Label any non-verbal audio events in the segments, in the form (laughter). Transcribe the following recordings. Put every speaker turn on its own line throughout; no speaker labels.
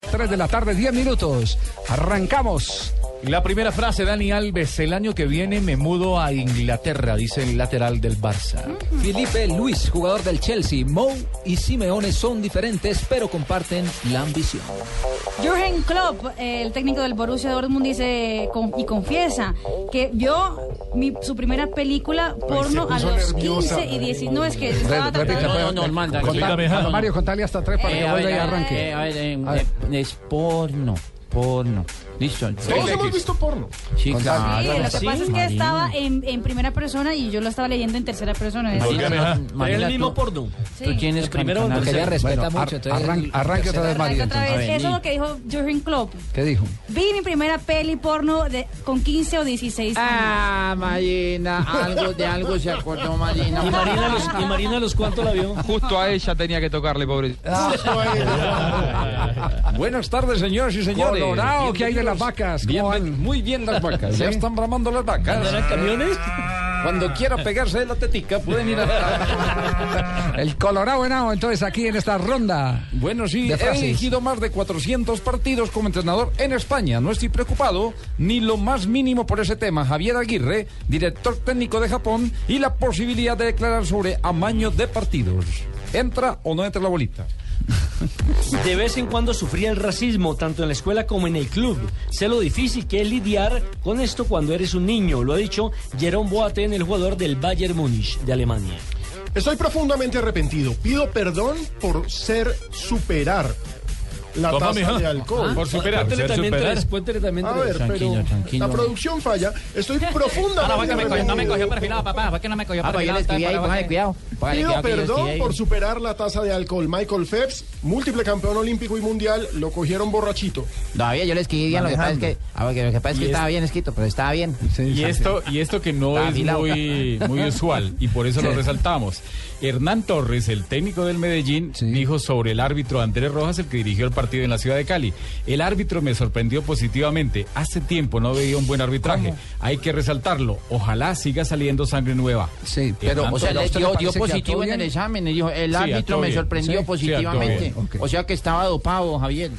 3 de la tarde, 10 minutos. Arrancamos.
La primera frase, Dani Alves, el año que viene me mudo a Inglaterra, dice el lateral del Barça.
Felipe Luis, jugador del Chelsea, Mou y Simeone son diferentes, pero comparten la ambición.
Jürgen Klopp, eh, el técnico del Borussia Dortmund, dice con- y confiesa que vio mi- su primera película porno a
puso
los
nerviosa.
15 y 19. No, es que estaba
repita,
tratando...
pues.
No, no, normal, Dani.
Contá-
Explícame,
Mario,
ah.
Mario, contale hasta tres para
Eh,
que
a
vuelva y
ver,
arranque.
eh, a ver, eh,
A ver.
eh, es porno, porno. Listo.
Todos hemos visto porno.
Sí,
Ah,
Sí,
claro,
lo que
sí,
pasa es que
Marina.
estaba en, en primera persona y yo lo estaba leyendo en tercera persona. Es-
Marina,
Volcame,
tú- Marina,
el
tú-
mismo porno.
sí.
Tú tienes
primero o
canal-
el
Que ella respeta
Bueno,
mucho.
ar-
entonces,
arranque- arranque otra vez, Mario.
Arranca otra
entonces.
vez.
entonces.
Eso es lo que dijo Jürgen Klopp.
¿Qué dijo?
Vi mi primera peli porno de, con 15 o 16 años.
Ah, Marina, algo de algo se acordó Marina.
¿Y Marina, los, ¿Y Marina los cuánto la vio?
Justo a ella tenía que tocarle, pobre.
Buenas tardes, señores y señores. Colorado, ¿qué hay de las vacas? ¿Cómo van?
Muy bien las
(laughs)
vacas. Ya están bramando las
¿Eran
vacas.
camiones?
Cuando quiera pegarse de la tetica, pueden ir a.
(laughs) El Colorado Henao, entonces, aquí en esta ronda.
Bueno, sí,
De
he
frases.
dirigido más de 400 partidos como entrenador en España. No estoy preocupado ni lo más mínimo por ese tema. Javier Aguirre, director técnico de Japón, y la posibilidad de declarar sobre amaño de partidos. ¿Entra o no entra la bolita?
De vez en cuando sufría el racismo, tanto en la escuela como en el club. Sé lo difícil que es lidiar con esto cuando eres un niño, lo ha dicho Jerome Boateng, el jugador del Bayern Múnich de Alemania.
Estoy profundamente arrepentido. Pido perdón por ser superar la
Toma,
tasa
mija.
de alcohol.
Por superar,
Cuéntele
ser
también
superar.
tres, cuéntele también
A
tres.
ver,
Tranquilo,
pero
tranquilo.
la producción falla.
(laughs)
Estoy
Ah, no, fue
profundamente
que me cogió- no me
arrepentido.
cogió perfilado, papá. Fue que no me cogió
Ah, pues yo
perfilado.
le escribí ahí,
papá,
póngale
fue que-
cuidado.
póngale
Pido
cuidado que yo
perdón
escribí ahí.
por superar la tasa de alcohol. Michael Phelps, múltiple campeón olímco y mundial, lo cogieron borrachito.
Todavía yo le escribí bien, lo que pasa es que, ah, porque lo que pasa es que
Y es-
estaba bien escrito, pero estaba bien.
Y esto, y esto que no
Ah,
es
Bilao.
muy, muy usual y por eso lo resaltamos. Hernán Torres, el técnico del Medellín, dijo sobre el árbitro Andrés Rojas, el que dirigió el partido en la ciudad de Cali. El árbitro me sorprendió positivamente. Hace tiempo no veía un buen arbitraje. Hay que resaltarlo. Ojalá siga saliendo sangre nueva.
Sí, pero,
pero-
O sea,
¿A
le
usted le parece que
dio, dio
a todo
positivo en
bien?
el examen. y dijo, el
Sí, a
árbitro
todo
me
bien.
sorprendió
Sí, sí, a todo
positivamente.
bien. Ok.
O sea que estaba dopado, Javier.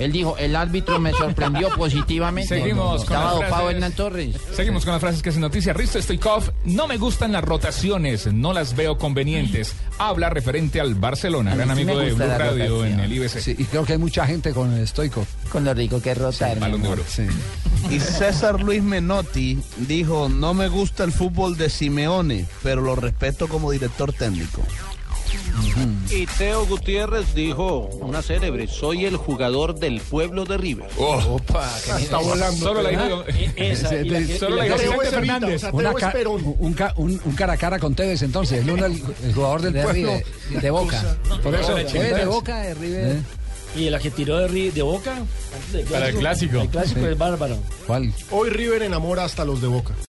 Él dijo, el árbitro me
(laughs)
sorprendió positivamente.
Seguimos con
Estaba
las
dopado
frases.
Hernán Torres.
Seguimos con las frases que hacen noticia. Risto Stoikov, no me gustan las rotaciones, no las veo convenientes. Habla referente al Barcelona,
A mí
gran
sí me
amigo de
gusta
Blue
la
Radio
rotación.
en el IBC.
Sí, y creo que hay mucha gente con el estoico.
Con lo rico que es rotar.
Balón de oro.
Sí.
Y César Luis Menotti dijo, no me gusta el fútbol de Simeone, pero lo respeto como director técnico.
Y Teo Gutiérrez dijo, una célebre, soy el jugador del pueblo de River.
Está volando.
Solo la dijo.
E- Esa, y la que-
Solo la
y la que-
dijo
Teo
Vicente
es Evita,
Fernández.
o sea, Teo
Una
es
ca-
Perón.
un, ca- un- un cara a cara con Tevez, entonces. El uno, el, el jugador del
De,
pueblo.
River, de Boca.
Por eso,
Tevez de Boca, de River.
¿Eh?
y la que tiró de, ri- de boca. antes del
Para el clásico.
El clásico es bárbaro.
¿Cuál?
Hoy River enamora hasta los de Boca.